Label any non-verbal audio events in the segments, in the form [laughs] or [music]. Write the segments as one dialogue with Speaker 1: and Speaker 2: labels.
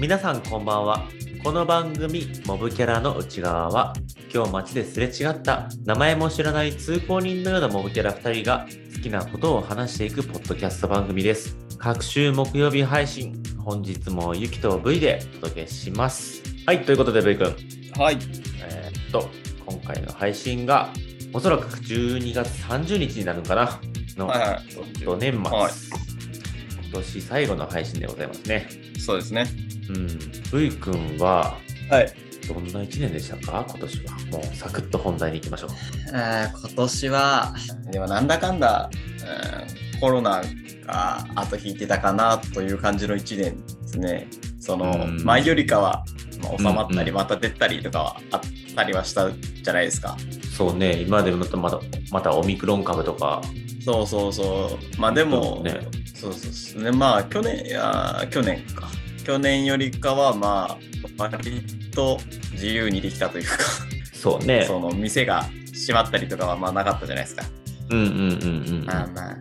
Speaker 1: 皆さんこんばんはこの番組「モブキャラの内側は」今日街ですれ違った名前も知らない通行人のようなモブキャラ2人が好きなことを話していくポッドキャスト番組です各週木曜日配信本日もゆきと V でお届けしますはいということで V 君
Speaker 2: はい。
Speaker 1: えーっと今回の配信がおそらく12月30日になるのかなの、
Speaker 2: はいはい
Speaker 1: えっと年末、
Speaker 2: はい
Speaker 1: 今年最後の配信でございますね
Speaker 2: そうですね。
Speaker 1: うん、V 君は
Speaker 2: はい。
Speaker 1: どんな1年でしたか今年はもうサクッと本題に行きましょう
Speaker 2: えー、今年は、でもなんだかんだ、うんコロナが後引いてたかなという感じの1年ですね。その
Speaker 1: うん、
Speaker 2: 前よりかは、まあ、収まった
Speaker 1: うんう
Speaker 2: り、
Speaker 1: ん
Speaker 2: また出たりとかはあったりはしたじゃないですか。
Speaker 1: そうね今までまたまだまたオミクロン株とか
Speaker 2: そうそうそう。まあでも、
Speaker 1: ね
Speaker 2: そうそうそうね。まあ去年、いやー去年か。去年よりかは、まあ、割と自由にできたというか、
Speaker 1: そうね
Speaker 2: その店が閉まったりとかはまあなかったじゃないですか。
Speaker 1: うんうんうんうん
Speaker 2: まあまあ。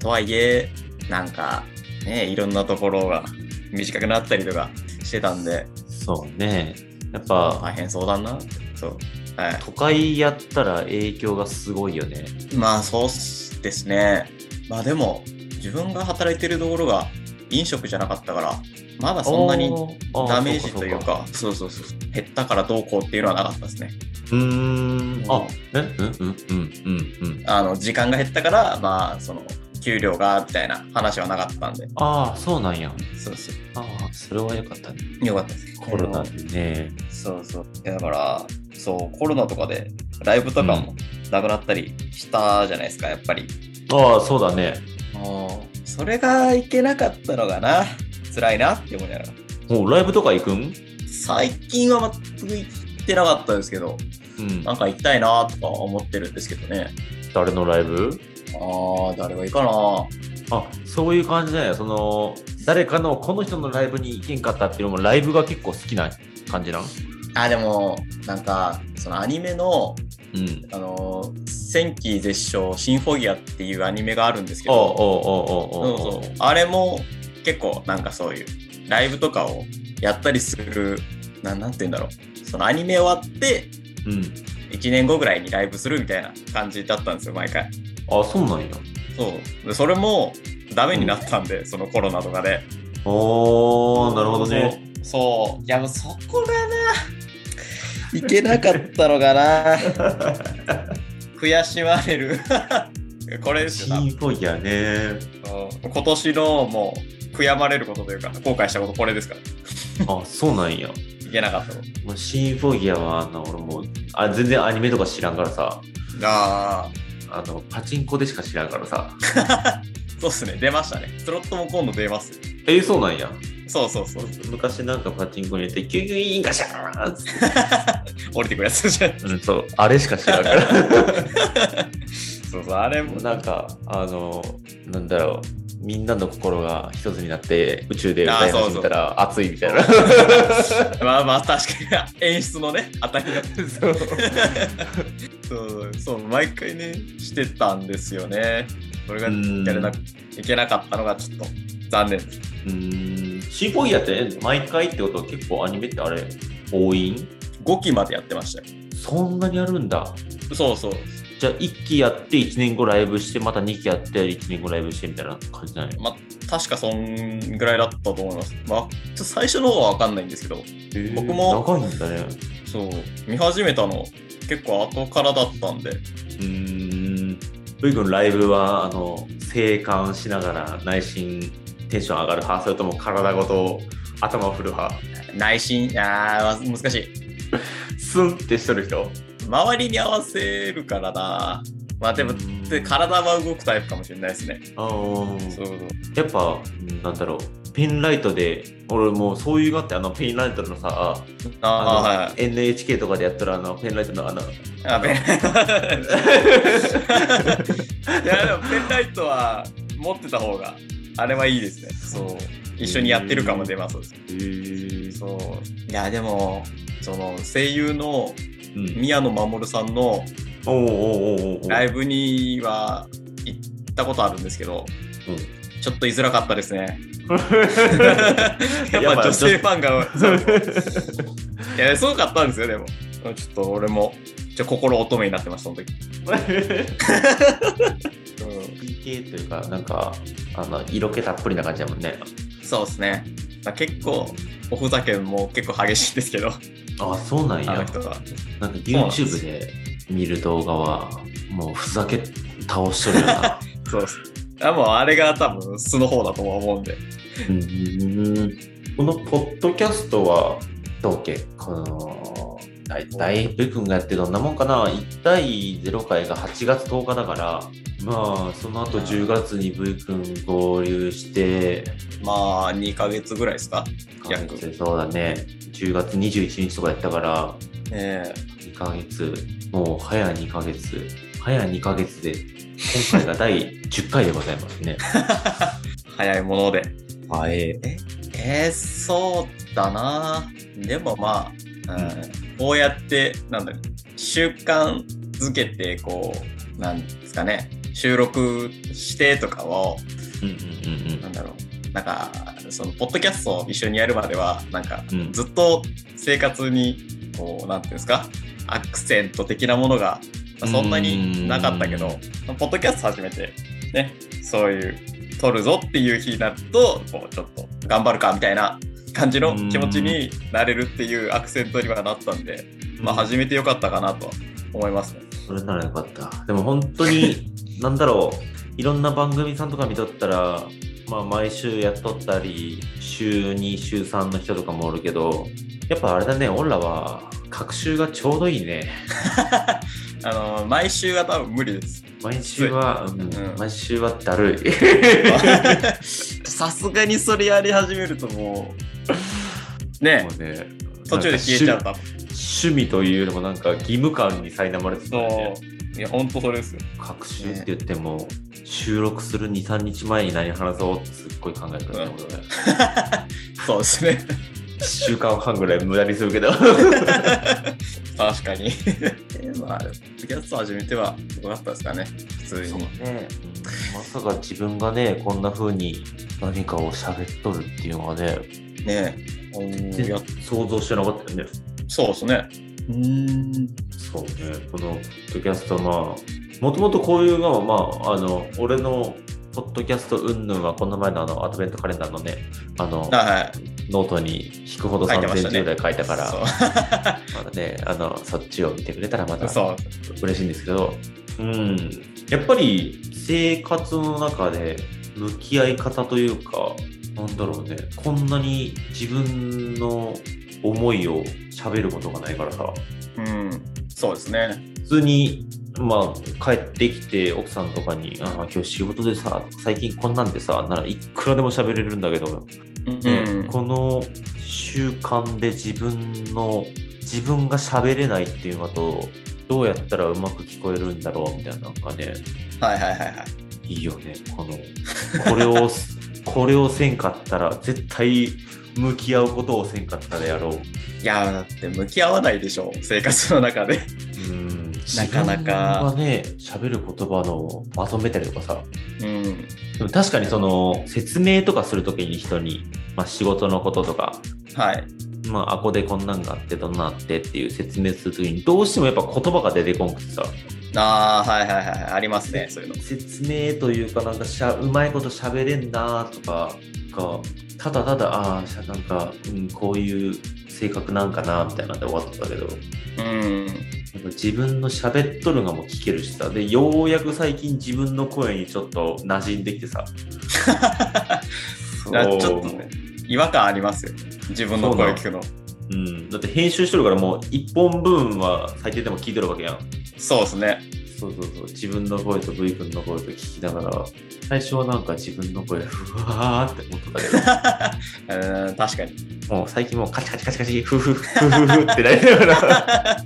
Speaker 2: とはいえ、なんか、ね、いろんなところが短くなったりとかしてたんで、
Speaker 1: そうねやっぱ
Speaker 2: 大変そうだな。そう。は
Speaker 1: 都会やったら影響がすごいよね
Speaker 2: い。まあ、そうっすですね。まあでも、自分が働いてるところが飲食じゃなかったから、まだそんなに
Speaker 1: あー
Speaker 2: ダメージという
Speaker 1: そう
Speaker 2: か、そうそうそう。減ったからどうこうっていうのはなかったですね。
Speaker 1: うーんあえうんうんうんうんうん
Speaker 2: あの、時間が減ったから、まあ、その、給料が、みたいな話はなかったんで、
Speaker 1: ああそうなんや
Speaker 2: そうそ
Speaker 1: ああそれはよかったね
Speaker 2: う。よかったです。
Speaker 1: コロナでね
Speaker 2: そうそう。いやだから、そう、コロナとかでライブとかもなくなったりしたじゃないですか、やっぱり。
Speaker 1: ああそうだね
Speaker 2: それがいけなかったのがな、辛いなって思いながら。
Speaker 1: もうライブとか行くん
Speaker 2: 最近は全く行ってなかったですけど、
Speaker 1: うん
Speaker 2: なんか行きたいなとか思ってるんですけどね。
Speaker 1: 誰のライブ
Speaker 2: ああ、誰がいいかな。
Speaker 1: あそういう感じだよその誰かのこの人のライブに行けんかったっていうのもライブが結構好きな感じなん
Speaker 2: あ、でも、なんか、そのアニメの、
Speaker 1: うん
Speaker 2: あのー、戦記絶唱シンフォギアっていうアニメがあるんですけ
Speaker 1: おう
Speaker 2: ど、
Speaker 1: おうおうお
Speaker 2: そう
Speaker 1: うお
Speaker 2: そうあれも結構なんかそういうライブとかをやったりするななんて言うんだろうそのアニメ終わって
Speaker 1: ううん
Speaker 2: 1年後ぐらいにライブするみたいな感じだったんですよ毎回
Speaker 1: あそうなんや
Speaker 2: そうでそれもダメになったんで、そのコロナとかで
Speaker 1: おーなるほどね
Speaker 2: そうそういやもうそこがないけなかったの
Speaker 1: [laughs]
Speaker 2: かな悔しまれるこれです
Speaker 1: シ
Speaker 2: よ多分
Speaker 1: ーンフォギアね
Speaker 2: うん今年のもう悔やまれることというか後悔したことこれですから
Speaker 1: あそうなんや
Speaker 2: いけなかったの
Speaker 1: もうシーンフォギアはあの俺もうあ全然アニメとか知らんからさ
Speaker 2: ああ、
Speaker 1: あのパチンコでしか知らんからさ
Speaker 2: そうっすね、出ましたね。スロットも今度出ます。
Speaker 1: えーそうなんや
Speaker 2: そうそうそう。
Speaker 1: 昔なんかパチンコに行ってキュイキュインガシャーンっつっ
Speaker 2: 降りてくるやつじゃん。
Speaker 1: て、うん、そうあれしか知らんから
Speaker 2: そうそう、あれも。
Speaker 1: なんかあのなんだろうみんなの心が一つになって宇宙で歌い始めたら熱いみたいな
Speaker 2: まあまあ、確かに演出のね、当たりが。
Speaker 1: そう
Speaker 2: そうそう、毎回ね、してたんですよね。それが
Speaker 1: うん
Speaker 2: やれな、いけなかったのがちょっと残念です。
Speaker 1: うーんシーフォギアって毎回ってことは結構アニメってあれ多いん
Speaker 2: 5期までやってましたよ。
Speaker 1: そんなにあるんだ
Speaker 2: そうそう。
Speaker 1: じゃあ1期やって1年後ライブしてまた2期やって1年後ライブしてみたいな感じなんや
Speaker 2: まあ、確かそんぐらいだったと思います。まあ、ちょっと最初の方はわかんないんですけど、僕も
Speaker 1: 長いんだね
Speaker 2: そう、見始めたの結構後からだったんで、
Speaker 1: うーん V 君ライブはあの静観しながら内心テンション上がる派それとも体ごと頭を振る派
Speaker 2: 内心あー難しい
Speaker 1: スンってしとる人
Speaker 2: 周りに合わせるからなまあでもで体は動くタイプかもしれないですね
Speaker 1: あー
Speaker 2: うそう
Speaker 1: やっぱうんなんだろうペンライトで俺もうそういうのってあのペンライトのさ
Speaker 2: あ
Speaker 1: の NHK とかでやったらあのペンライトのあの
Speaker 2: あはいあペ [laughs] ンいやでもペンライトは持ってた方があれはいいですねそう一緒にやってる感も出ますそういやでもその声優の
Speaker 1: うん
Speaker 2: 宮野真守さんの
Speaker 1: おうおうおうおうおう
Speaker 2: ライブには行ったことあるんですけど、
Speaker 1: うん
Speaker 2: [laughs] ちょっと居づらかったですねやっぱ女性ファンが [laughs] そういやすごかったんですよでもちょっと俺もちょ心乙女になってましたその時、う
Speaker 1: PK というか、なんか、あの、色気たっぷりな感じだもんね。
Speaker 2: ん、そうですね、まあ、結構おふざけも結構激しいんですけど
Speaker 1: あ、そうなん
Speaker 2: あの
Speaker 1: や。
Speaker 2: 人は
Speaker 1: なんか YouTube で見る動画は、もうふざけ倒しとるよな。
Speaker 2: そうっすあもうあれが多分素の方だとは思うんで
Speaker 1: うんこのポッドキャストは、どうっけこの、大体、部君がやってどんなもんかな ?1 対0回が8月10日だから、まあ、その後10月に V 君合流して、
Speaker 2: まあ2ヶ月ぐらいですか約
Speaker 1: 完成そうだね。10月21日とかやったから、
Speaker 2: え
Speaker 1: 2ヶ月もう早2ヶ月早2ヶ月で今回が第10回でございますね
Speaker 2: え早いもので
Speaker 1: はい
Speaker 2: えー、そうだなでもまあ、うんこうやってなんだろう習慣づけてこうなんですかね収録してとかを
Speaker 1: [laughs] うんうんうん
Speaker 2: なんだろうなんかそのポッドキャストを一緒にやるまではなんか
Speaker 1: うんうん
Speaker 2: ずっと生活にこうなんていうんですかアクセント的なものがまあそんなになかったけどポッドキャスト始めてねそういう撮るぞっていう日になるとこうちょっと頑張るかみたいな感じの気持ちになれるっていうアクセントにはなったんで、まあ、始めてよかったかなと思いますね。
Speaker 1: それならよかったでも本当
Speaker 2: [laughs]
Speaker 1: になんだろういろんな番組さんとか見とったらまあ毎週やっとったり週2週3の人とかもおるけどやっぱあれだね俺らは隔週がちょうどいいね
Speaker 2: あのー毎週は多分無理です。
Speaker 1: 毎週は、うん
Speaker 2: うん
Speaker 1: 毎週はだるい
Speaker 2: [laughs] さすがにそれやり始めるともうね
Speaker 1: もうね
Speaker 2: 途中で消えちゃうた
Speaker 1: 趣味というよりもなんか義務感に苛まれてたよね
Speaker 2: そういや本当それですよ
Speaker 1: 各週って言っても、収録する23日前に何話そうってすっごい考えてたね俺1
Speaker 2: そうですね
Speaker 1: 週間半ぐらい無駄にするけ
Speaker 2: [laughs]
Speaker 1: ど
Speaker 2: 確かに [laughs] まあポッドキャスト始めてはよかったですかね普通に
Speaker 1: ねまさか自分がねこんな風に何かを喋っとるっていうのはね
Speaker 2: ねえうん
Speaker 1: 全
Speaker 2: や
Speaker 1: 然想像してなかったよね
Speaker 2: そうですねうん
Speaker 1: そうねこのポッドキャストまあもともとこういうのはまああの俺のポッドキャスト云々はこの前のあのアドベントカレンダーのねあの
Speaker 2: は
Speaker 1: ノートに引くほど
Speaker 2: 書いてましたね
Speaker 1: 3010代書いたか
Speaker 2: い
Speaker 1: ら、
Speaker 2: そ
Speaker 1: まだね、あの、そっちを見てくれたらまた
Speaker 2: うそう
Speaker 1: 嬉しいんですけど、うん。やっぱり生活の中で向き合い方というか、なんだろうね、こんなに自分の思いを喋ることがないからさ、
Speaker 2: うんそうですね
Speaker 1: 普通に、まあ、帰ってきて奥さんとかに、あ今日仕事でさ、最近こんなんでさ、ならいくらでも喋れるんだけど、
Speaker 2: うん
Speaker 1: ね、この習慣で自分の自分が喋れないっていうのとどうやったらうまく聞こえるんだろうみたいななんかね
Speaker 2: はいはいはいはい
Speaker 1: いいよねこのこれ [laughs] をこれをせんかったら絶対向き合うことをせんかったらやろう
Speaker 2: いやだって向き合わないでしょ生活の中で
Speaker 1: うん
Speaker 2: なかなか
Speaker 1: 自分がね喋る言葉のまとめたりとかさ
Speaker 2: うん
Speaker 1: でも確かにその説明とかするときに人に、まあ、仕事のこととか
Speaker 2: はい
Speaker 1: まあ、あこでこんなんがあってどんなんあってっていう説明するときにどうしてもやっぱ言葉が出てこんくてさ
Speaker 2: ああはいはいはいありますねそういうの
Speaker 1: 説明というかなんかしゃうまいこと喋れんなとかがただただああしゃなんか、うん、こういう性格なんかなみたいなんで終わったけどやっ
Speaker 2: うん
Speaker 1: ぱ自分の喋っとるのがもう聞けるしさでようやく最近自分の声にちょっと馴染んでき
Speaker 2: [laughs]
Speaker 1: てさ
Speaker 2: いやち
Speaker 1: そ
Speaker 2: ょ
Speaker 1: う
Speaker 2: っとね違和感ありますよね自分の声聞くの
Speaker 1: うん、だって編集しとるからもう1本分は最低でも聞いてるわけやん
Speaker 2: そうですね
Speaker 1: そうそうそう自分の声と V 君の声と聞きながら最初はなんか自分の声ふわーって思ってた
Speaker 2: うーん確かに [laughs]
Speaker 1: けどもう最近もうカチカチカチカチフフフフフフってなりながら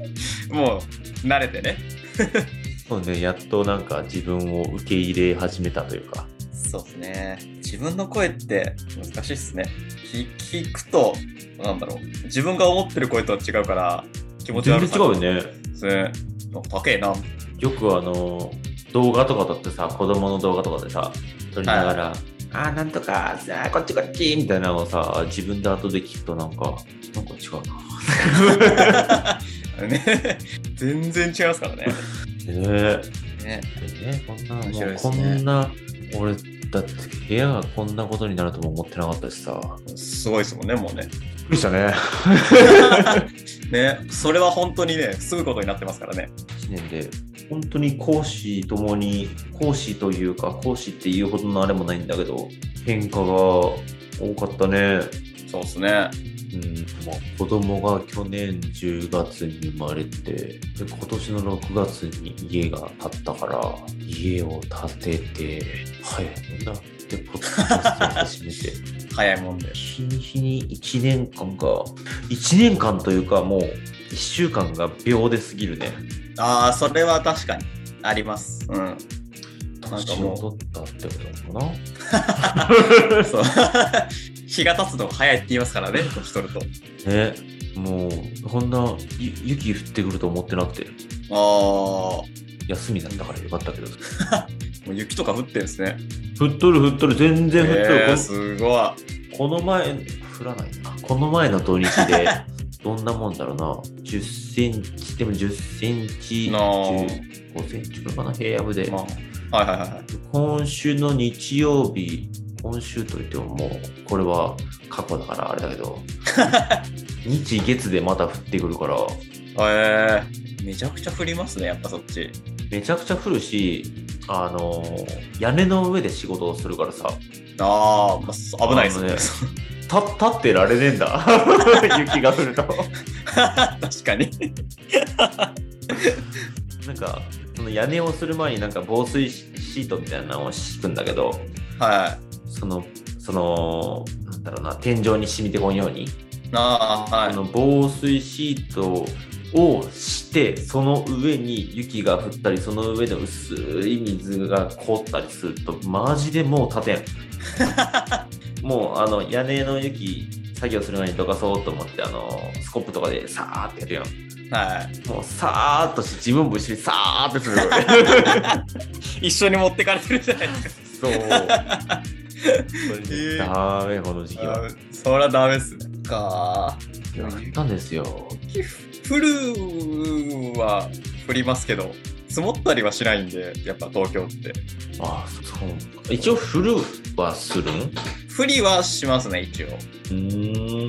Speaker 2: もう慣れてね
Speaker 1: そうねやっとなんか自分を受け入れ始めたというか
Speaker 2: そうですね自分の声って難しいっすね聞聞くとなんだろう自分が思ってる声とは違うから気持ち
Speaker 1: 全
Speaker 2: 悪さ
Speaker 1: 然違うよね
Speaker 2: それなんか高えな
Speaker 1: よくあの動画とかだってさ子供の動画とかでさ撮りながら、あーなんとかさあこっちこっちみたいなのをさ自分で後で聞くとなんかなんか違うな
Speaker 2: ね、 [laughs] 全然違いますからね。
Speaker 1: え
Speaker 2: ね
Speaker 1: ねこんな、
Speaker 2: 面
Speaker 1: も
Speaker 2: 白いうです
Speaker 1: こ
Speaker 2: ね
Speaker 1: んな俺だって部屋がこんなことになるとも思ってなかったしさ
Speaker 2: すごいですもんね、もうね。
Speaker 1: びっくりしたね
Speaker 2: ね、それは本当にね、すぐことになってますからね。
Speaker 1: 1年で本当に講師ともに講師というか講師っていうほどのあれもないんだけど変化が多かったね
Speaker 2: そうですね。
Speaker 1: うんまあ、子供が去年10月に生まれてで今年の6月に家が建ったから家を建ててはいなんだってポッドキャストを始めて
Speaker 2: 早いもんで。
Speaker 1: 日に日に1年間が1年間というかもう1週間が秒で過ぎるね
Speaker 2: ああ、それは確かにあります。うん。なんか
Speaker 1: 年
Speaker 2: も
Speaker 1: を
Speaker 2: う
Speaker 1: 取ったってことなのかな
Speaker 2: [laughs] そう日が経つのが早いって言いますからね、年取ると。
Speaker 1: ねもうこんなゆ雪降ってくると思ってなくて
Speaker 2: ああ、も
Speaker 1: 休みだったからよかったけど
Speaker 2: う雪とか降ってんですね。
Speaker 1: 降っとる降っとる全然降っとる、
Speaker 2: え
Speaker 1: こ
Speaker 2: ー、
Speaker 1: ん
Speaker 2: すごい。
Speaker 1: この前、降らないな。この前の土日 [laughs] で、どんなもんだろうな。10センチ、でも10センチ、
Speaker 2: な
Speaker 1: 15センチくらいかな、平野部で。
Speaker 2: まあ、はいはいはいはい。
Speaker 1: 今週の日曜日、今週といってももう、これは過去だからあれだけど、日月でまた降ってくるから、
Speaker 2: えー、めちゃくちゃ降りますね、やっぱそっち。
Speaker 1: めちゃくちゃ降るし、あの屋根の上で仕事をするからさ、
Speaker 2: ああ、まあ、そ危ないですね。
Speaker 1: た立ってられねえんだ。 [laughs] 雪が降ると。
Speaker 2: [laughs] 確かに。
Speaker 1: なんかその屋根をする前になんか防水シートみたいなのを敷くんだけど
Speaker 2: はい。
Speaker 1: そのそのなんだろうな天井に染みてこんように、
Speaker 2: ああ、はい
Speaker 1: そ。の防水シートをしてその上に雪が降ったりその上の薄い水が凍ったりするとマジでもう立てんもうあの屋根の雪作業するのにどかそうと思ってあのスコップとかでさーってやるやん
Speaker 2: はい、
Speaker 1: もうさーっとして自分も一緒にさーってする
Speaker 2: 一緒に持ってかれてるじゃない [laughs] ですか。
Speaker 1: そう。
Speaker 2: えー
Speaker 1: ダメこの時期は。
Speaker 2: そりゃダメっすね。か
Speaker 1: やったんですよ。
Speaker 2: 雪降るは降りますけど、積もったりはしないんで、やっぱ東京って。
Speaker 1: あ、そう。一応フルはするん？う
Speaker 2: 降りはしますね、一応。
Speaker 1: ーん。
Speaker 2: う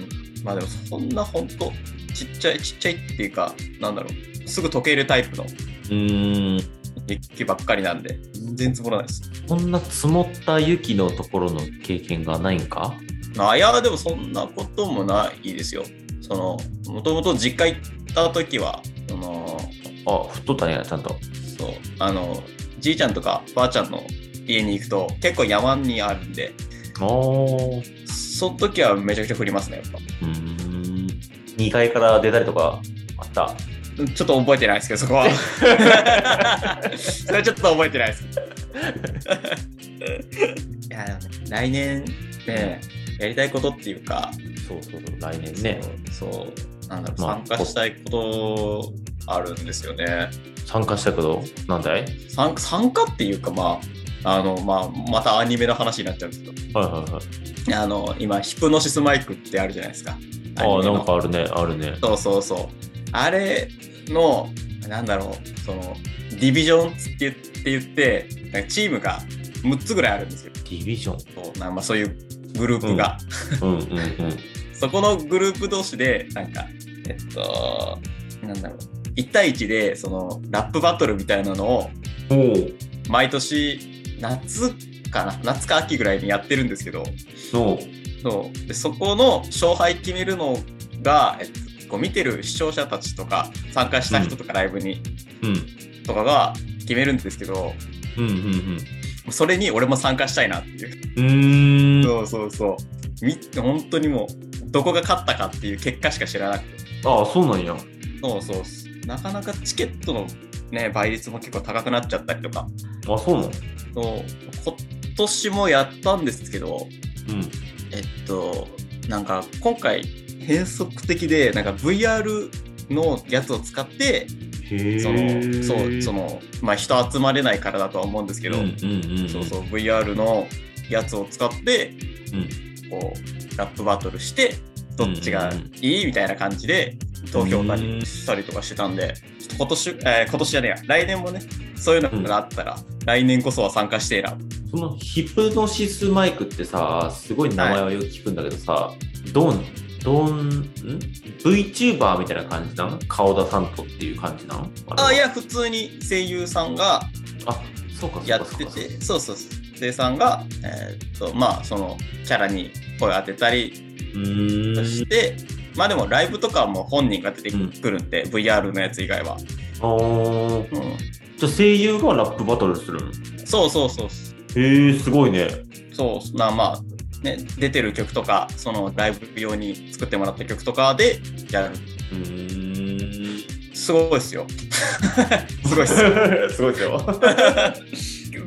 Speaker 2: ん。まあでも、そんなほんと、ちっちゃい、ちっちゃいっていうか、なんだろう。すぐ溶けるタイプの
Speaker 1: うーん。
Speaker 2: 雪ばっかりなんで、全然積もらないです。
Speaker 1: こんな積もった雪のところの経験がないんか？
Speaker 2: あいやでもそんなこともないですよ。そのもともと実家行った時はその
Speaker 1: あ、降っとったんやちゃんと。
Speaker 2: そうあのじいちゃんとかばあちゃんの家に行くと結構山にあるんで
Speaker 1: おお。う
Speaker 2: その時はめちゃくちゃ降りますねやっぱ
Speaker 1: ーん。二階から出たりとかあった。
Speaker 2: ちょっと覚えてないですけどそこ [laughs] はそれはちょっと覚えてないですいやでもね来年ねやりたいことっていうか
Speaker 1: そうそうそう。来年ね。
Speaker 2: そうそうなんだろう、
Speaker 1: まあ
Speaker 2: 参加したいことあるんですよね
Speaker 1: 参加したけどなんだい？
Speaker 2: 参参加っていうかまああの、まあ、またアニメの話になっちゃうんですけ
Speaker 1: はいはいはい。
Speaker 2: どあの今ヒプノシスマイクってあるじゃないですかアニ
Speaker 1: あ
Speaker 2: メ
Speaker 1: ー、
Speaker 2: の
Speaker 1: なんかあるねあるね。
Speaker 2: そうそうそうあれのなんだろうそのディビジョンって言って言ってなんかチームが6つぐらいあるんですよ
Speaker 1: ディビジョン。
Speaker 2: そうなんかまあそういうグループが、
Speaker 1: うんうんうん。
Speaker 2: そこのグループ同士でなんかえっとなんだろう1対1でそのラップバトルみたいなのを
Speaker 1: おお。
Speaker 2: 毎年夏かな夏か秋ぐらいにやってるんですけど
Speaker 1: そう。
Speaker 2: そうでそこの勝敗決めるのが、えっと、こう見てる視聴者たちとか参加した人とかライブに、
Speaker 1: うん。
Speaker 2: とかが決めるんですけど
Speaker 1: うんうん
Speaker 2: それに俺も参加したいなって
Speaker 1: うん。うー
Speaker 2: いう、
Speaker 1: ん。
Speaker 2: そうそうそうみ本当にもうどこが勝ったかっていう結果しか知らなくて
Speaker 1: ああ、そうなんや。
Speaker 2: そうそうなかなかチケットのね倍率も結構高くなっちゃったりとか
Speaker 1: あ、そうなの
Speaker 2: そう今年もやったんですけど
Speaker 1: うん。
Speaker 2: えっとなんか今回変則的でなんか VR のやつを使って
Speaker 1: へえ。
Speaker 2: そのそうそのまあ人集まれないからだとは思うんですけど、
Speaker 1: うんうんうん。
Speaker 2: そうそう VR のやつを使って
Speaker 1: うん
Speaker 2: こうラップバトルしてどっちがいいみたいな感じで投票なりしたりとかしてたんでちょっと今年、えー今年じゃねえや来年もねそういうのがあったら、来年こそは参加してえな
Speaker 1: そのヒプノシスマイクってさすごい名前はよく聞くんだけどさ、どんどんん VTuber みたいな感じなん顔田さんとっていう感じなんれは
Speaker 2: あいや普通に声優さんが
Speaker 1: あそうかそうかそうか
Speaker 2: やっててそうそうそう声優さんが、えーっとまあそのキャラに声当てたり
Speaker 1: うーん
Speaker 2: して、まあでもライブとかはもう本人が出てくるんで、VR のやつ以外は、
Speaker 1: あー
Speaker 2: うん、
Speaker 1: じゃあ声優がラップバトルするの
Speaker 2: そうそうそうそう
Speaker 1: へえすごいね
Speaker 2: そうなまあね出てる曲とかそのライブ用に作ってもらった曲とかでやる
Speaker 1: うーん
Speaker 2: すごいですよ [laughs] すごいっすよ [laughs]
Speaker 1: すごいですよ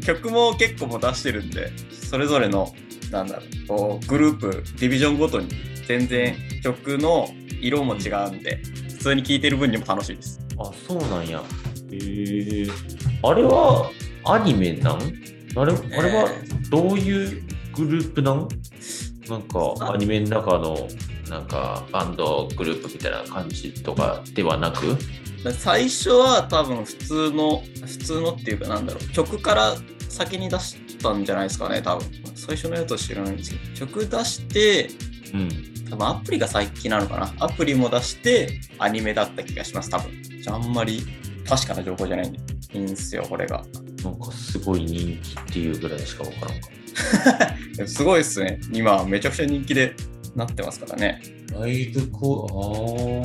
Speaker 2: 曲も結構もう出してるんでそれぞれのなんだろうこうグループディビジョンごとに全然曲の色も違うんで普通に聴いてる分にも楽しいです
Speaker 1: [laughs] あそうなんやへえあれはアニメなんあれあれは
Speaker 2: えー
Speaker 1: どういうグループなんなんかアニメの中のなんかバンドグループみたいな感じとかではなく
Speaker 2: 最初は多分普通の普通のっていうかなんだろう曲から先に出したんじゃないですかね多分最初のやつは知らないんですけど曲出して
Speaker 1: うん
Speaker 2: 多分アプリが最近なのかなアプリも出してアニメだった気がします多分じゃああんまり確かな情報じゃないんでいいんすよこれが
Speaker 1: なんかすごい人気っていうぐらいしかわからんか
Speaker 2: でもすごいっすね今めちゃくちゃ人気でなってますからね
Speaker 1: ライブコあデ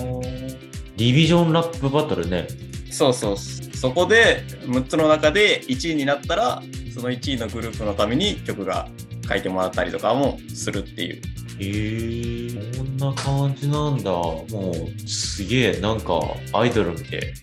Speaker 1: ィビジョンラップバトルね
Speaker 2: そうそうそこで6つの中で1位になったらその1位のグループのために曲が書いてもらったりとかもするっていう [laughs]
Speaker 1: へえー、こんな感じなんだもうすげえなんかアイドルみたい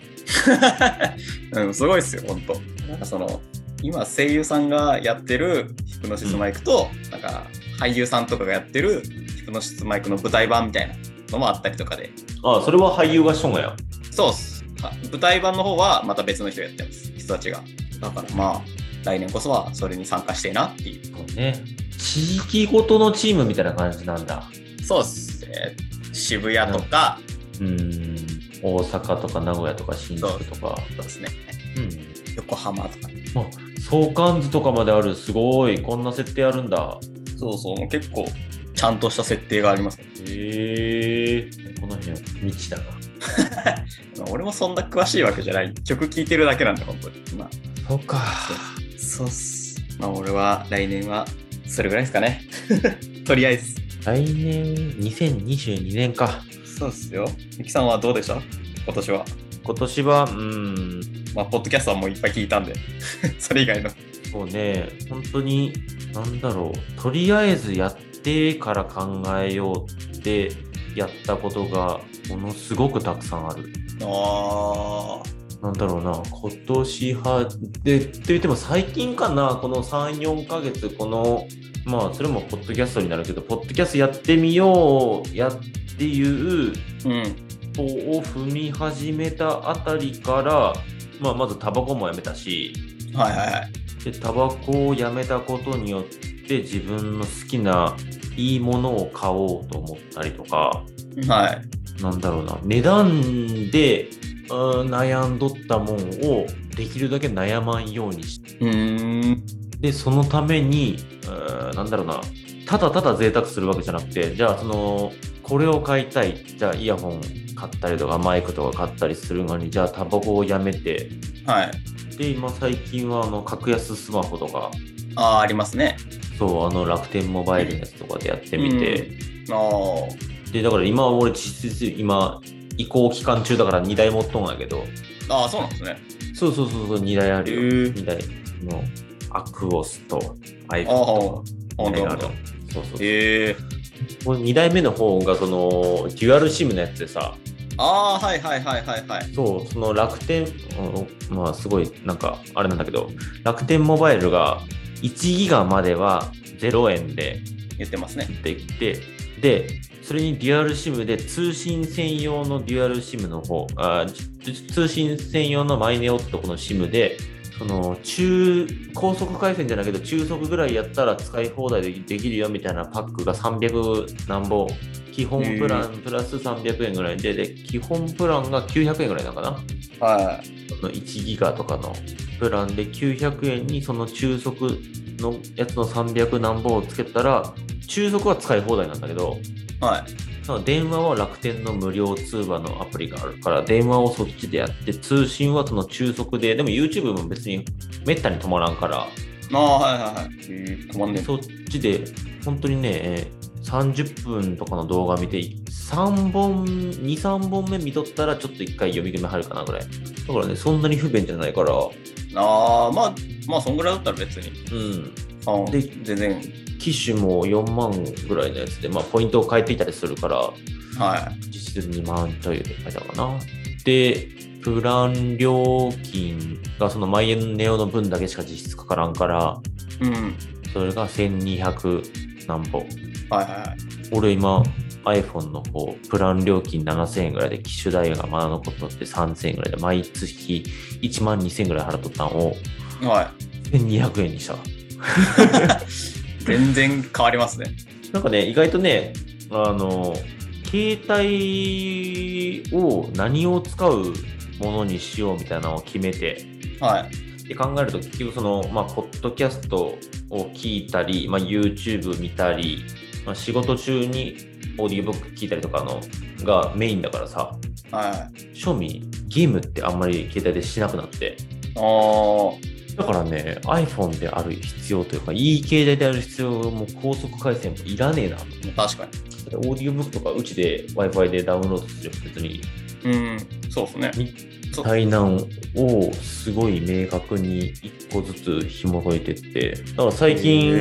Speaker 2: うん、すごいっすよ、ほんと。なんかその、今声優さんがやってるヒプノシスマイクと、なんか俳優さんとかがやってるヒプノシスマイクの舞台版みたいなのもあったりとかで。
Speaker 1: あそれは俳優がしとんがや
Speaker 2: そうっす。は舞台版の方はまた別の人がやってます、人たちが。だからまあ、来年こそはそれに参加してえなってい
Speaker 1: そうね地域ごとのチームみたいな感じなんだ
Speaker 2: う。そうっす。えー渋谷とか、
Speaker 1: うーん大阪とか名古屋とか新宿とか
Speaker 2: そうですね、
Speaker 1: うん
Speaker 2: 横浜とか。
Speaker 1: 相関図とかまであるすごいこんな設定あるんだ
Speaker 2: そうそう、もう結構、ちゃんとした設定があります。
Speaker 1: へえこの辺は未知だな
Speaker 2: まあ俺もそんな詳しいわけじゃない。曲聴いてるだけなんで、本当に。まあ
Speaker 1: そうか
Speaker 2: そうっす。まあ俺は来年はそれぐらいですかね。 [laughs] とりあえず。
Speaker 1: 来年2022年か
Speaker 2: そうっすよ。ミキさんはどうでした今年は。
Speaker 1: 今年はうーん
Speaker 2: まあ、ポッドキャストはもういっぱい聞いたんで、 [laughs] それ以外の。
Speaker 1: そうね本当になんだろうとりあえずやってから考えようってやったことがものすごくたくさんある
Speaker 2: あ
Speaker 1: なんだろうな、今年は、で、って言っても最近かな、この3、4ヶ月、この、まあ、それもポッドキャストになるけど、ポッドキャストやってみようやっていう
Speaker 2: あ。うん。
Speaker 1: 方を踏み始めたあたりから、まあ、まずタバコもやめたし、
Speaker 2: はいはいはい。
Speaker 1: で、タバコをやめたことによって、自分の好きないいものを買おうと思ったりとか、
Speaker 2: はい。
Speaker 1: なんだろうな値段でうーん悩んどったもんをできるだけ悩まんようにして
Speaker 2: うーん。
Speaker 1: でそのためにうーんなんだろうなただただ贅沢するわけじゃなくてじゃあそのこれを買いたいじゃあイヤホン買ったりとかマイクとか買ったりするのにじゃあタバコをやめて
Speaker 2: はい。
Speaker 1: で今最近はあの格安スマホとか
Speaker 2: ああ、ありますね。
Speaker 1: そうあの楽天モバイルのやつとかでやってみて、
Speaker 2: ああ。
Speaker 1: でだから今俺実質今移行期間中だから2台持っとんやけど
Speaker 2: ああ、そうなんですね。
Speaker 1: そうそうそうそう、2台あるよ。
Speaker 2: へえ
Speaker 1: 2台のアクオスと iPhone
Speaker 2: ああ、
Speaker 1: と
Speaker 2: ほ
Speaker 1: 2
Speaker 2: ん
Speaker 1: 台
Speaker 2: と
Speaker 1: が
Speaker 2: ほ
Speaker 1: あ
Speaker 2: ん
Speaker 1: る
Speaker 2: と。。
Speaker 1: そうそうそう。
Speaker 2: へえ。
Speaker 1: こ2台目の方がそのデュアルシムのやつでさ、
Speaker 2: ああ、はいはいはいはいはい。
Speaker 1: そう、その楽天、うんまあすごいなんかあれなんだけど、楽天モバイルが1ギガまでは0円で
Speaker 2: 言ってますね。
Speaker 1: って言って、で、それにデュアルシムで通信専用のデュアルシムの方、あーつ通信専用のマイネオットこのシムで、その中高速回線じゃないけど中速ぐらいやったら使い放題でできるよみたいなパックが300何本基本プランプラス300円ぐらいでで基本プランが900円ぐらいなのかな
Speaker 2: は
Speaker 1: その1ギガとかのプランで900円にその中速のやつの300何本をつけたら中速は使い放題なんだけど
Speaker 2: い。はい。
Speaker 1: その電話は楽天の無料通話のアプリがあるから電話をそっちでやって通信はその中速ででも YouTube も別にめったに止まらんから
Speaker 2: ああ、はいはいはい。止まんね
Speaker 1: そっちで本当にねえー30分とかの動画見て3本23本目見とったらちょっと1回読み込み入るかなぐらいだからねそんなに不便じゃないから
Speaker 2: ああ、まあ、まあ、そんぐらいだったら別に。
Speaker 1: うん
Speaker 2: あ
Speaker 1: で
Speaker 2: で、全然。
Speaker 1: 機種も4万ぐらいのやつで、まあ、ポイントを変えていたりするから
Speaker 2: は
Speaker 1: 実質2万ちょいで書いたかな。で、プラン料金がそのマイネオの分だけしか実質かからんから、
Speaker 2: い。うん。
Speaker 1: それが1200何本。
Speaker 2: はいはいはい。
Speaker 1: 俺今 iPhone の方、プラン料金7000円ぐらいで、機種代がまだ残っとって3000円ぐらいで、毎月1万2000円ぐらい払っとったんを
Speaker 2: は
Speaker 1: 1200円にした。
Speaker 2: い。全然変わりますね。
Speaker 1: なんかね、意外とね、あの、携帯を何を使うものにしようみたいなのを決めて、
Speaker 2: はい。
Speaker 1: で考えると結局その、まあ、ポッドキャストを聞いたり、まあ、YouTube 見たり、まあ、仕事中にオーディオブック聞いたりとかのがメインだからさ
Speaker 2: は
Speaker 1: 庶民ゲームってあんまり携帯でしなくなって
Speaker 2: い。おー。
Speaker 1: だからね iPhone である必要というかいい携帯である必要も高速回線もいらねえなだ
Speaker 2: 確か
Speaker 1: ってオーディオブックとかうちで w i f i でダウンロードする別に
Speaker 2: に。うん。そうですね。そう
Speaker 1: 対難をすごい明確に1個ずつ紐解いてってだから最近、
Speaker 2: へ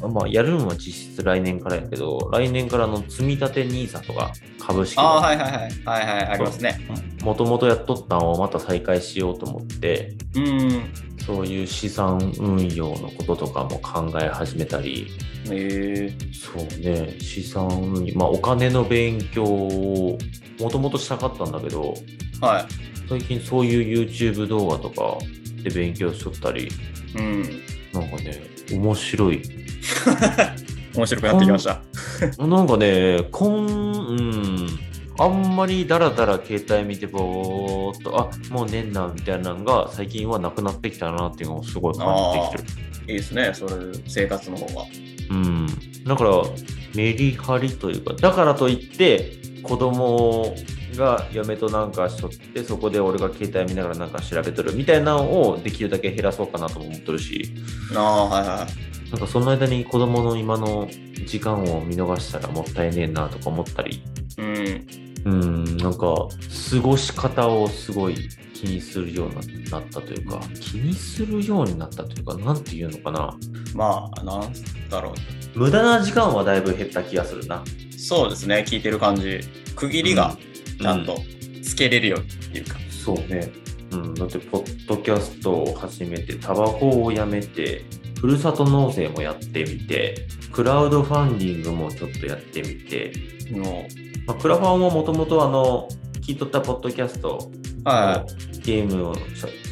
Speaker 2: ー
Speaker 1: まあ、やるのは実質来年からやけど、来年からの積み立て NISA とか株式
Speaker 2: ああ、はいはいはい。はいはい。ありますね。
Speaker 1: もともとやっとったんをまた再開しようと思って、
Speaker 2: うん。
Speaker 1: そういう資産運用のこととかも考え始めたり、
Speaker 2: ええ。
Speaker 1: そうね、資産運用、まあ、お金の勉強をもともとしたかったんだけど、
Speaker 2: は
Speaker 1: 最近そういう YouTube 動画とかで勉強しとったり、
Speaker 2: い。うん。
Speaker 1: なんかね、面白い
Speaker 2: 面白くなってきました。
Speaker 1: なんかね、こん、うん、あんまりだらだら携帯見てぼーっと、あもうねんなみたいなのが最近はなくなってきたなっていうのをすごい感じてきて
Speaker 2: いいですね。そういう生活の方が。
Speaker 1: る。うん。だから、メリハリというか、だからといって、子供が嫁となんかしとって、そこで俺が携帯見ながらなんか調べとるみたいなのをできるだけ減らそうかなとも思っとるし、
Speaker 2: ああ、はいはい。
Speaker 1: なんかその間に子供の今の時間を見逃したらもったいねえなとか思ったり、
Speaker 2: うん、
Speaker 1: うん、なんか、過ごし方をすごい気にするようになったというか、気にするようになったというか、なんていうのかな。
Speaker 2: まあ、なんだろう。
Speaker 1: 無駄な時間はだいぶ減った気がするな。
Speaker 2: そうですね、聞いてる感じ。区切りがちゃんとつけれるよっていうか。
Speaker 1: そうね。うん、だって、ポッドキャストを始めて、タバコをやめて、ふるさと納税もやってみて、クラウドファンディングもちょっとやってみて、
Speaker 2: も
Speaker 1: まあ、クラファンももともとあの、聞いとったポッドキャスト
Speaker 2: うは
Speaker 1: ゲームをし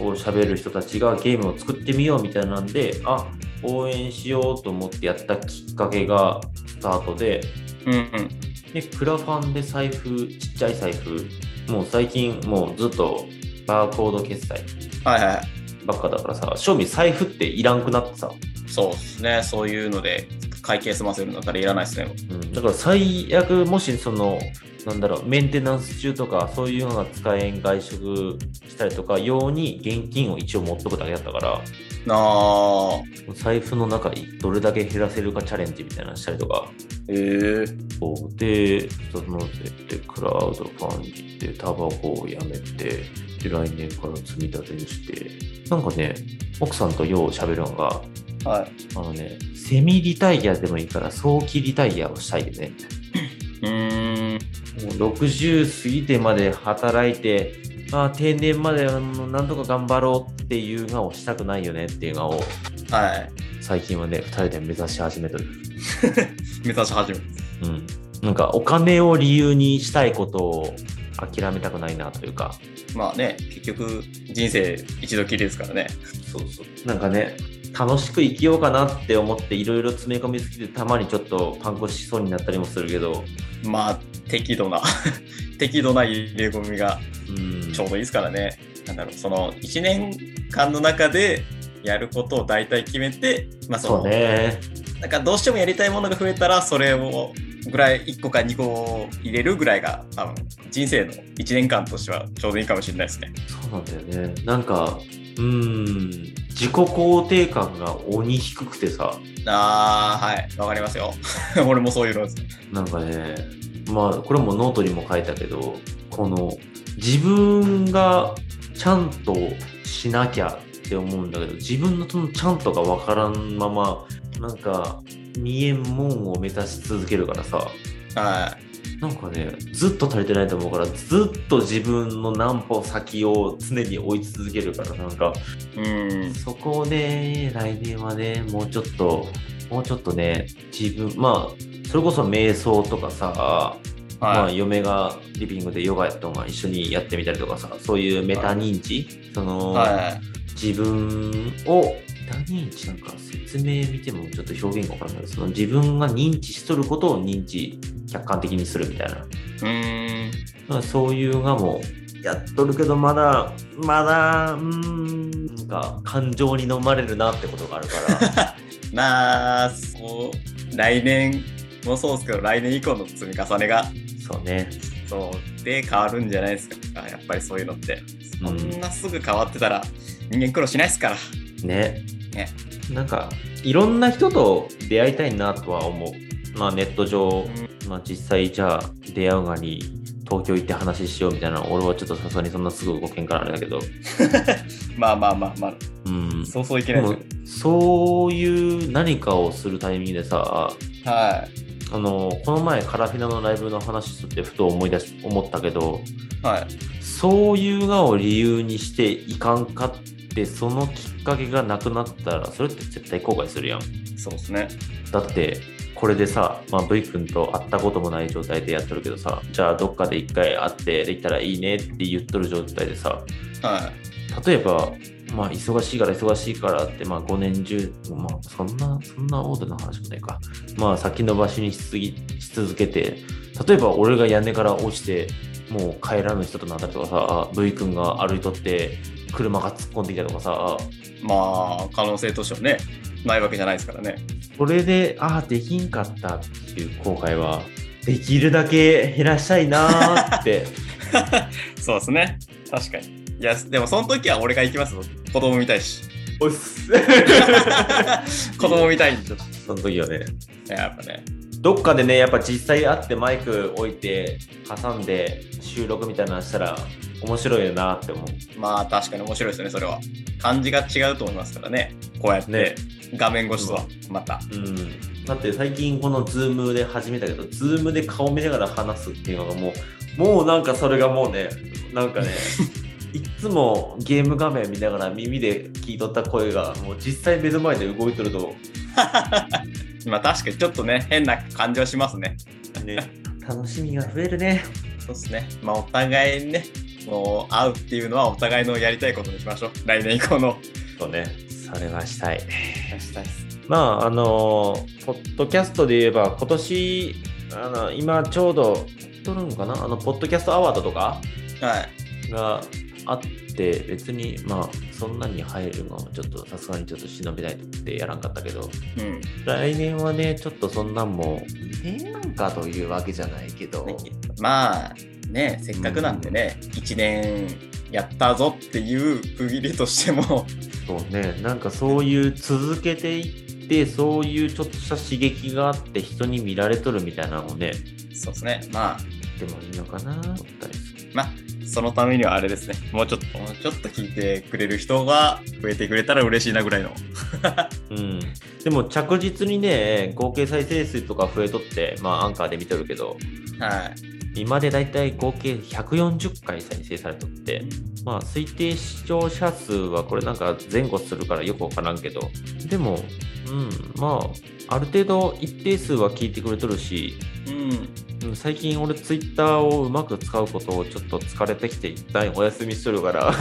Speaker 1: ゃを喋る人たちがゲームを作ってみようみたいなんであ応援しようと思ってやったきっかけがスタートで
Speaker 2: い。うんうん。
Speaker 1: でクラファンで財布ちっちゃい財布もう最近もうずっとバーコード決済
Speaker 2: はいは
Speaker 1: ばっかだからさ正味財布っていらんくなってさ、
Speaker 2: い。そうですね、そういうので会計済ませるんだったらいらないですね。
Speaker 1: うん、だから最悪もしそのなんだろうメンテナンス中とかそういうのが使えん外食したりとか用に現金を一応持っとくだけだったから
Speaker 2: ああ、
Speaker 1: 財布の中にどれだけ減らせるかチャレンジみたいなのしたりとか、
Speaker 2: ええ
Speaker 1: そうで、そのでクラウドファンディで、タバコをやめて、で、来年から積み立てにして、なんかね、奥さんとよう喋るのが、
Speaker 2: はい。
Speaker 1: あのね、セミリタイヤでもいいから、早期リタイヤをしたいよね。
Speaker 2: うーん、
Speaker 1: もう60過ぎてまで働いて、まあ、定年まであのなんとか頑張ろうっていうのをしたくないよねっていうのを、
Speaker 2: はい。
Speaker 1: 最近はね、2人で目指し始めてる。
Speaker 2: 目指し始める。
Speaker 1: うん、なんかお金を理由にしたいことを諦めたくないなというか
Speaker 2: まあね、結局、人生一度きりですからね。
Speaker 1: そうそうなんかね楽しく生きようかなって思っていろいろ詰め込みすぎてたまにちょっとパンクしそうになったりもするけど
Speaker 2: まあ、適度な、 [laughs] 適度な入れ込みが
Speaker 1: うん
Speaker 2: ちょうどいいですからね。なんだろう、その1年間の中でやることを大体決めて、まあそ
Speaker 1: そ
Speaker 2: の、
Speaker 1: うね
Speaker 2: なんかどうしてもやりたいものが増えたら、それをぐらい、1個か2個を入れるぐらいが、多分人生の1年間としてはちょうどいいかもしれないですね。
Speaker 1: そうなんだよねなんかうん自己肯定感が鬼低くてさ
Speaker 2: あー、はい、わかりますよ。 [laughs] 俺もそういうのです。
Speaker 1: なんかねまあこれもノートにも書いたけどこの自分がちゃんとしなきゃって思うんだけど自分のそのちゃんとが分からんままなんか見えんもんを目指し続けるからさ
Speaker 2: は
Speaker 1: なんかねずっと足りてないと思うからずっと自分の何歩先を常に追い続けるからなんか
Speaker 2: い。うん。
Speaker 1: そこをね、来年はね、もうちょっと、もうちょっとね、自分、まあ、それこそ瞑想とかさ、まあ、
Speaker 2: はい。
Speaker 1: 嫁がリビングでヨガやったのが一緒にやってみたりとかさ、そういうメタ認知、その、
Speaker 2: はい。
Speaker 1: 自分を、メタ認知なんか説明見てもちょっと表現がわからないけど、その自分が認知しとることを認知、客観的にするみたいな。
Speaker 2: うーん。
Speaker 1: まあそういうがもやっとるけどまだまだうーんなんか感情に飲まれるなってことがある
Speaker 2: [laughs]
Speaker 1: から
Speaker 2: まあ、そう、来年もそうですけど、来年以降の積み重ねが、
Speaker 1: そうね
Speaker 2: そう、で変わるんじゃないですか。やっぱりそういうのって。そ
Speaker 1: うん
Speaker 2: んなすぐ変わってたら、人間苦労しないですから。
Speaker 1: ね
Speaker 2: ね
Speaker 1: なんかいろんな人と出会いたいなとは思うまあネット上、まあ、実際じゃあ出会うがに東京行って話しようみたいな俺はちょっとさすがにそんなすぐ動けんからあれだけど
Speaker 2: まあまあまあま
Speaker 1: うん
Speaker 2: あ、そうそういけ
Speaker 1: で
Speaker 2: ないで
Speaker 1: も
Speaker 2: すよ。
Speaker 1: そういう何かをするタイミングでさ
Speaker 2: は
Speaker 1: あのこの前カラフィナのライブの話しとってふと思い出し思ったけど
Speaker 2: い。はい。
Speaker 1: そういうがを理由にしていかんかってそのきっかけがなくなったらそれって絶対後悔するやん
Speaker 2: そうですね。
Speaker 1: だってこれでさ、まあ、V 君と会ったこともない状態でやってるけどさじゃあどっかで一回会ってできたらいいねって言っとる状態でさ
Speaker 2: は
Speaker 1: 例えばまあ忙しいから忙しいからってまあ5年中まあそんなそんなオーの話もないかまあ先延ばしにしすぎし続けて例えば俺が屋根から落ちてもう帰らぬ人となったりとかさ V 君が歩いとって車が突っ込んできたとかさ
Speaker 2: い。まあ、可能性としてはね、ないわけじゃないですからね。
Speaker 1: これでああできんかったっていう後悔はできるだけ減らしたいなーって
Speaker 2: そうですね。確かに。いや、でもその時は俺が行きますよ。子供みたいし。
Speaker 1: [laughs] おっす
Speaker 2: 子供みたいに。
Speaker 1: [laughs] その時はね
Speaker 2: やっぱね。
Speaker 1: どっかでね、やっぱ実際会ってマイク置いて、挟んで収録みたいなのしたら面白いよなって思う。
Speaker 2: まあ確かに面白いですね、それは。感じが違うと思いますからね、こうやっ
Speaker 1: ね
Speaker 2: て画面越しとは、また。
Speaker 1: うん。だって最近このズームで始めたけど、ズームで顔見ながら話すっていうのがもう、もうなんかそれがもうね、なん [laughs] かね、いっつもゲーム画面見ながら耳で聞いとった声が、もう実際目の前で動いとると、
Speaker 2: まあ確かにちょっとね、変な感じはしますね。
Speaker 1: [laughs] ね、楽しみが増えるね。
Speaker 2: そうですね。まあお互いね、もう会うっていうのはお互いのやりたいことにしましょう。来年以降の。
Speaker 1: そうね。それはしたい。
Speaker 2: したい
Speaker 1: まああのポッドキャストで言えば今年あの今ちょうど撮るんかなあのポッドキャストアワードとか
Speaker 2: はい。
Speaker 1: があって別にまあそんなに入るのはちょっとさすがにちょっと忍びないってやらんかったけど
Speaker 2: うん。
Speaker 1: 来年はねちょっとそんなんも年なんかというわけじゃないけど
Speaker 2: まあね、せっかくなんでね、1年やったぞっていう区切りとしても、
Speaker 1: そうねなんかそういう続けていってそういうちょっとした刺激があって人に見られとるみたいなのをね
Speaker 2: そうですね。まあ
Speaker 1: でもいいのかなと思ったりする
Speaker 2: まあ、そのためにはあれですね、もうちょっと、もうちょっと聞いてくれる人が増えてくれたら嬉しいなぐらいの。
Speaker 1: うん、でも着実にね合計再生数とか増えとってまあアンカーで見とるけど
Speaker 2: はい。
Speaker 1: 今でだいたい合計140回再生されとってまあ推定視聴者数はこれなんか前後するからよくわからんけどでもうんまあある程度一定数は聞いてくれとるし
Speaker 2: うん。
Speaker 1: うん最近俺ツイッターをうまく使うことをちょっと疲れてきて一旦お休みしとるから、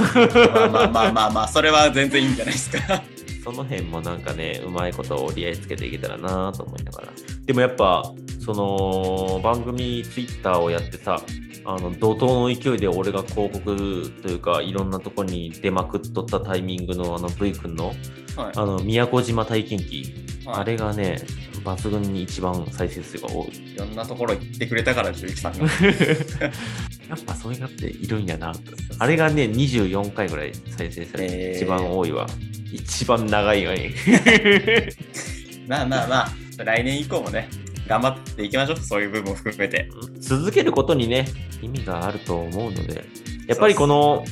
Speaker 2: まあまあまあまあまあ、それ [laughs] は全然いいんじゃないですか。
Speaker 1: その辺もなんかね、うまいことを折り合いつけていけたらなと思いながら。でもやっぱ、その番組ツイッターをやってさ、あの怒涛の勢いで俺が広告というかいろんなとこに出まくっとったタイミングのあの V 君の
Speaker 2: はい
Speaker 1: あの宮古島体験記あ
Speaker 2: れ
Speaker 1: れがね抜群に一番再生数が多い
Speaker 2: いろんなところ行ってくれたから、ゆきさん
Speaker 1: や
Speaker 2: が。
Speaker 1: っぱそういうのっているんやなあれがね24回ぐらい再生されて
Speaker 2: えー
Speaker 1: 一番多いわ一番長いがいい
Speaker 2: [laughs] まあまあまあ、来年以降もね、頑張っていきましょう。そういう部分を含めて。
Speaker 1: 続けることにね意味があると思うのでやっぱりこの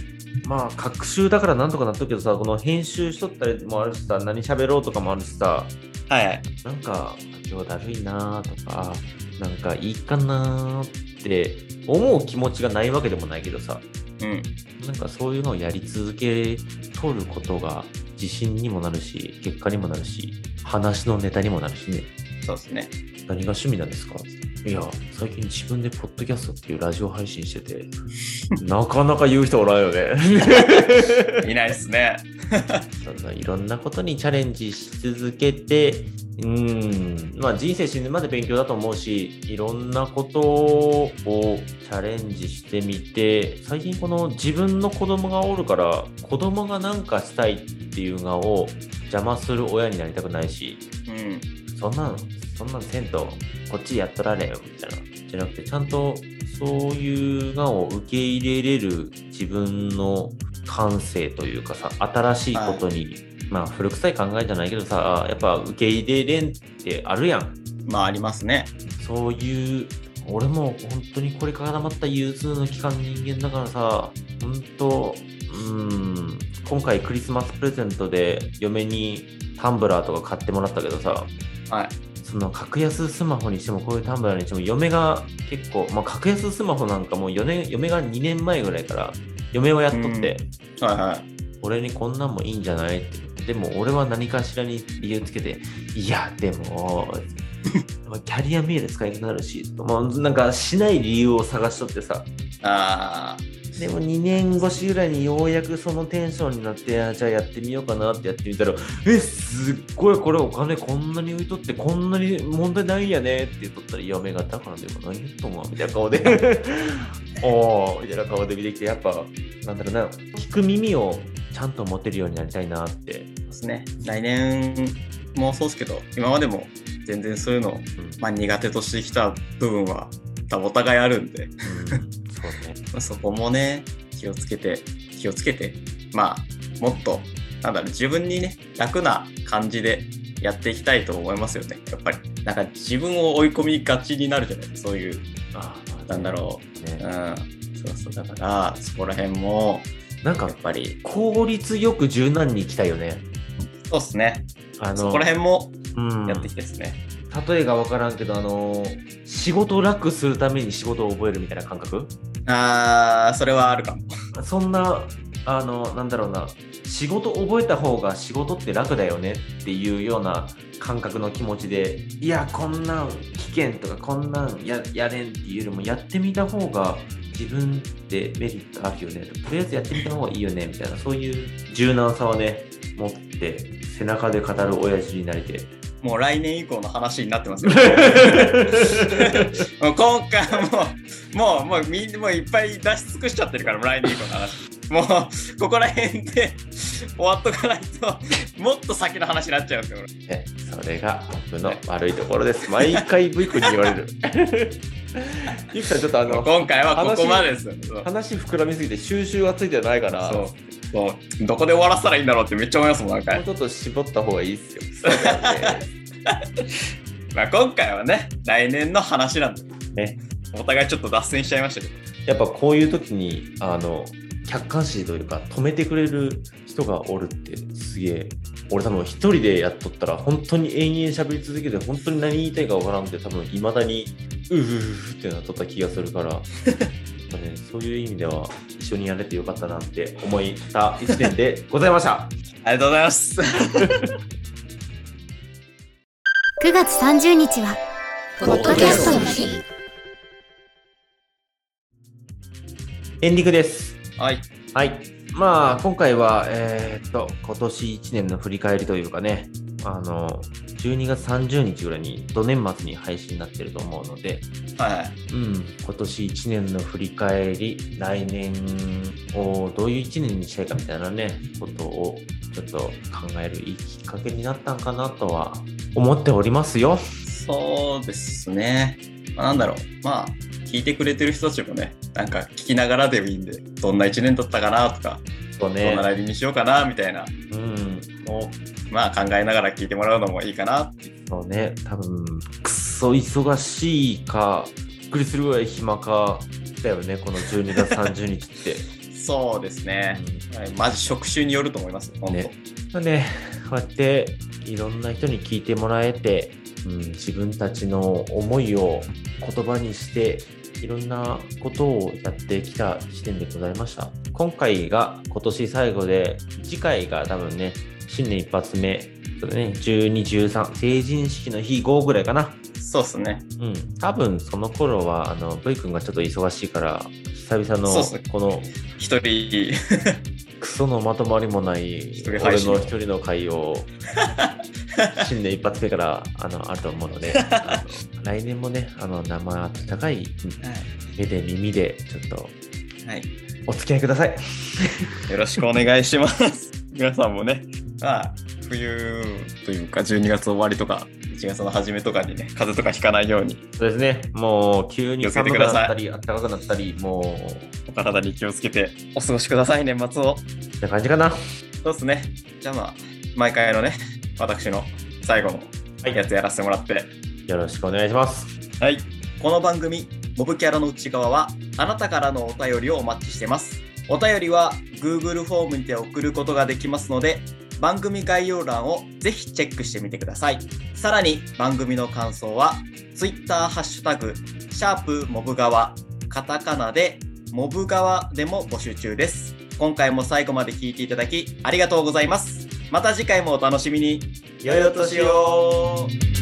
Speaker 1: まあ隔週だからなんとかなっとくけどさこの編集しとったりもあるしさ何喋ろうとかもあるしさ
Speaker 2: はいはい。
Speaker 1: なんか今日だるいなーとかなんかいいかなーって思う気持ちがないわけでもないけどさ
Speaker 2: うん。
Speaker 1: なんかそういうのをやり続けとることが自信にもなるし結果にもなるし話のネタにもなるしね
Speaker 2: そうです [laughs] ね。
Speaker 1: 何が趣味なんですかいや最近自分でポッドキャストっていうラジオ配信して [laughs] てなかなか言う人おらんよね
Speaker 2: いないですね。
Speaker 1: [laughs] そんないろんなことにチャレンジし続けてうんまあ人生死ぬまで勉強だと思うしいろんなことをチャレンジしてみて最近この自分の子供がおるから子供が何かしたいっていうのを邪魔する親になりたくないし
Speaker 2: うん。
Speaker 1: そんなん、そんなんせんと、こっちやっとられんよ、みたいな。じゃなくて、ちゃんと、そういうがを受け入れれる自分の感性というかさ、新しいことに、まあ、古臭い考えじゃないけどさ、やっぱ受け入れれんってあるやん。
Speaker 2: まあありますね。
Speaker 1: そういう、俺も本当にこれからまった有数の期間人間だからさ、本当、うーん、今回クリスマスプレゼントで嫁にタンブラーとか買ってもらったけどさ、
Speaker 2: はい。
Speaker 1: その格安スマホにしてもこういうタンブラーにしても嫁が結構、まあ、格安スマホなんかもう4年嫁が2年前ぐらいから嫁をやっとって、
Speaker 2: はいはい。
Speaker 1: 俺にこんなんもいいんじゃないって言ってでも俺は何かしらに理由つけていやでもまあキャリアメール使えなくなるし、まあ、なんかしない理由を探しとってさ
Speaker 2: あ
Speaker 1: でも2年越しぐらいにようやくそのテンションになってあじゃあやってみようかなってやってみたらえすっごいこれお金こんなに浮いとってこんなに問題ないんやねって言っとったら嫁がだからでも何言っとんわみたいな顔
Speaker 2: [laughs]
Speaker 1: で [laughs] おおみたいな顔で見てきてやっぱなんだろうな聞く耳をちゃんと持てるようになりたいなって、
Speaker 2: あ。ですね。来年もそうですけど、今までも全然そういう
Speaker 1: う
Speaker 2: の、
Speaker 1: ん
Speaker 2: まあ、苦手としてきた部分は多分お互いあるんで、
Speaker 1: うんそう
Speaker 2: [laughs]
Speaker 1: ね
Speaker 2: まあ、そこもね、気をつけて、気をつけて、まあ、もっと、なんだろう、自分にね、楽な感じでやっていきたいと思いますよね。やっぱり。なんか自分を追い込みがちになるじゃないそういう、
Speaker 1: あー
Speaker 2: なんだろ
Speaker 1: う、
Speaker 2: う。う
Speaker 1: ね
Speaker 2: ん。そうそう。だから、そこら辺も、
Speaker 1: なん
Speaker 2: や
Speaker 1: か
Speaker 2: っぱり、
Speaker 1: 効率よく柔軟にいきたいよね
Speaker 2: そうですね。
Speaker 1: あの
Speaker 2: そこら辺も
Speaker 1: うん
Speaker 2: やっていきたいですね。
Speaker 1: 例えが分からんけどあのー仕事を楽するために仕事を覚えるみたいな感覚
Speaker 2: あー、それはあるかも。
Speaker 1: そんなあのなんだろうな仕事を覚えた方が仕事って楽だよねっていうような感覚の気持ちでいやこんなん危険とかこんなんややれんっていうよりもやってみた方が自分ってメリットあるよねとりあえずやってみた方がいいよねみたいなそういう柔軟さはね持って背中で語る親父になりてえ
Speaker 2: もう来年以降の話になってますよ。
Speaker 1: [laughs]
Speaker 2: もう今回もう、もう、もうみんなもういっぱい出し尽くしちゃってるから、もう来年以降の話。もう、ここら辺で終わっとかないと、もっと先の話になっちゃうんですよ。これ
Speaker 1: ね、それが僕の悪いところです。毎回 V 君に言われる。
Speaker 2: [laughs]
Speaker 1: ゆきさん、ちょっとあ
Speaker 2: もう
Speaker 1: の、
Speaker 2: 今回はここまでですよ。そう
Speaker 1: 話膨らみすぎて収集がついてないから、
Speaker 2: そ
Speaker 1: も
Speaker 2: うそうどこで終わらせたらいいんだろうってめっちゃ思いますもん、なんか
Speaker 1: う。ちょっと絞った方がいいっ
Speaker 2: [laughs]
Speaker 1: すよ。
Speaker 2: まあ、今回はね、来年の話なんで、
Speaker 1: ね、
Speaker 2: お互いちょっと脱線しちゃいましたけど。
Speaker 1: やっぱこういう時に、あの、客観視というか、止めてくれる人がおるってすげえ。俺多分一人でやっとったら本当に延々喋り続けて本当に何言いたいかわからんって多分いまだにうふふふってなっとった気がするからやっぱねそういう意味では一緒にやれてよかったなって思った一年でございました
Speaker 2: ありがとうござい
Speaker 1: [laughs]
Speaker 2: ます。
Speaker 3: 9月30日は、ポッドキャストの日。
Speaker 1: エンディングです。
Speaker 2: はい。
Speaker 1: はい。まあ、今回は、えーっと、今年1年の振り返りというかね、あの、12月30日ぐらいに、土年末に配信になってると思うので、
Speaker 2: はい。
Speaker 1: うん、今年1年の振り返り、来年をどういう1年にしたいかみたいなね、ことをちょっと考えるいいきっかけになったんかなとは思っておりますよ。
Speaker 2: そうですね。まあ、なんだろう。まあ、聞いてくれてる人たちもね、なんか聞きながらでもいいんで、どんな1年だったかなとか、
Speaker 1: そう
Speaker 2: どん
Speaker 1: ね
Speaker 2: な。ライブにしようかなみたいな
Speaker 1: うん。
Speaker 2: のを、まあ考えながら聞いてもらうのもいいかなっていう。
Speaker 1: そうね。多分、くっそ忙しいか、びっくりするぐらい暇かだよね、この12月30日って。
Speaker 2: そうです [laughs] ね。はい、マジ職種によると思います。本当。
Speaker 1: ねまあね、こうやっていろんな人に聞いてもらえて、うん、自分たちの思いを言葉にしていろんなことをやってきた時点でございました今回が今年最後で次回が多分ね新年一発目そうだね1213成人式の日5ぐらいかな
Speaker 2: そうですね。
Speaker 1: うん多分その頃はあの V 君がちょっと忙しいから久々
Speaker 2: そうっすね
Speaker 1: のこの
Speaker 2: 一人、
Speaker 1: クソのまとまりもない
Speaker 2: 人
Speaker 1: 俺
Speaker 2: 配信
Speaker 1: の一人の会
Speaker 2: [laughs]
Speaker 1: を新年一発目からあのあると思う
Speaker 2: [laughs]
Speaker 1: のであの来年もねあの生温かい目で耳でちょっと
Speaker 2: はい。
Speaker 1: お付き合いください
Speaker 2: よろしくお願いします。 [laughs] 皆さんもね、まあ、冬というか、12月終わりとか、1月の初めとかにね、風邪とかひかないように、
Speaker 1: そうですねもう急
Speaker 2: 気
Speaker 1: に
Speaker 2: をつけ
Speaker 1: 寒
Speaker 2: て
Speaker 1: く
Speaker 2: く
Speaker 1: なっ
Speaker 2: だ
Speaker 1: た
Speaker 2: さ
Speaker 1: り暖かくなったりも
Speaker 2: お体に気をつけてお過ごしください、年末
Speaker 1: う
Speaker 2: を。
Speaker 1: こんな感じかな
Speaker 2: そうですね。じゃあまあ、毎回のね、私の最後のやつやらせてもらって、
Speaker 1: よろしくお願いします
Speaker 2: はい。この番組、モブキャラの内側は、あなたからのお便りをお待ちしてます。お便りは Google フォームにて送ることができますので、番組概要欄をぜひチェックしてみてください。さらに番組の感想は、Twitter ハッシュタグ、シャープモブ側、カタカナで、モブ側でも募集中です。今回も最後まで聞いていただき、ありがとうございます。また次回もお楽しみに。
Speaker 1: 良いお年を
Speaker 2: を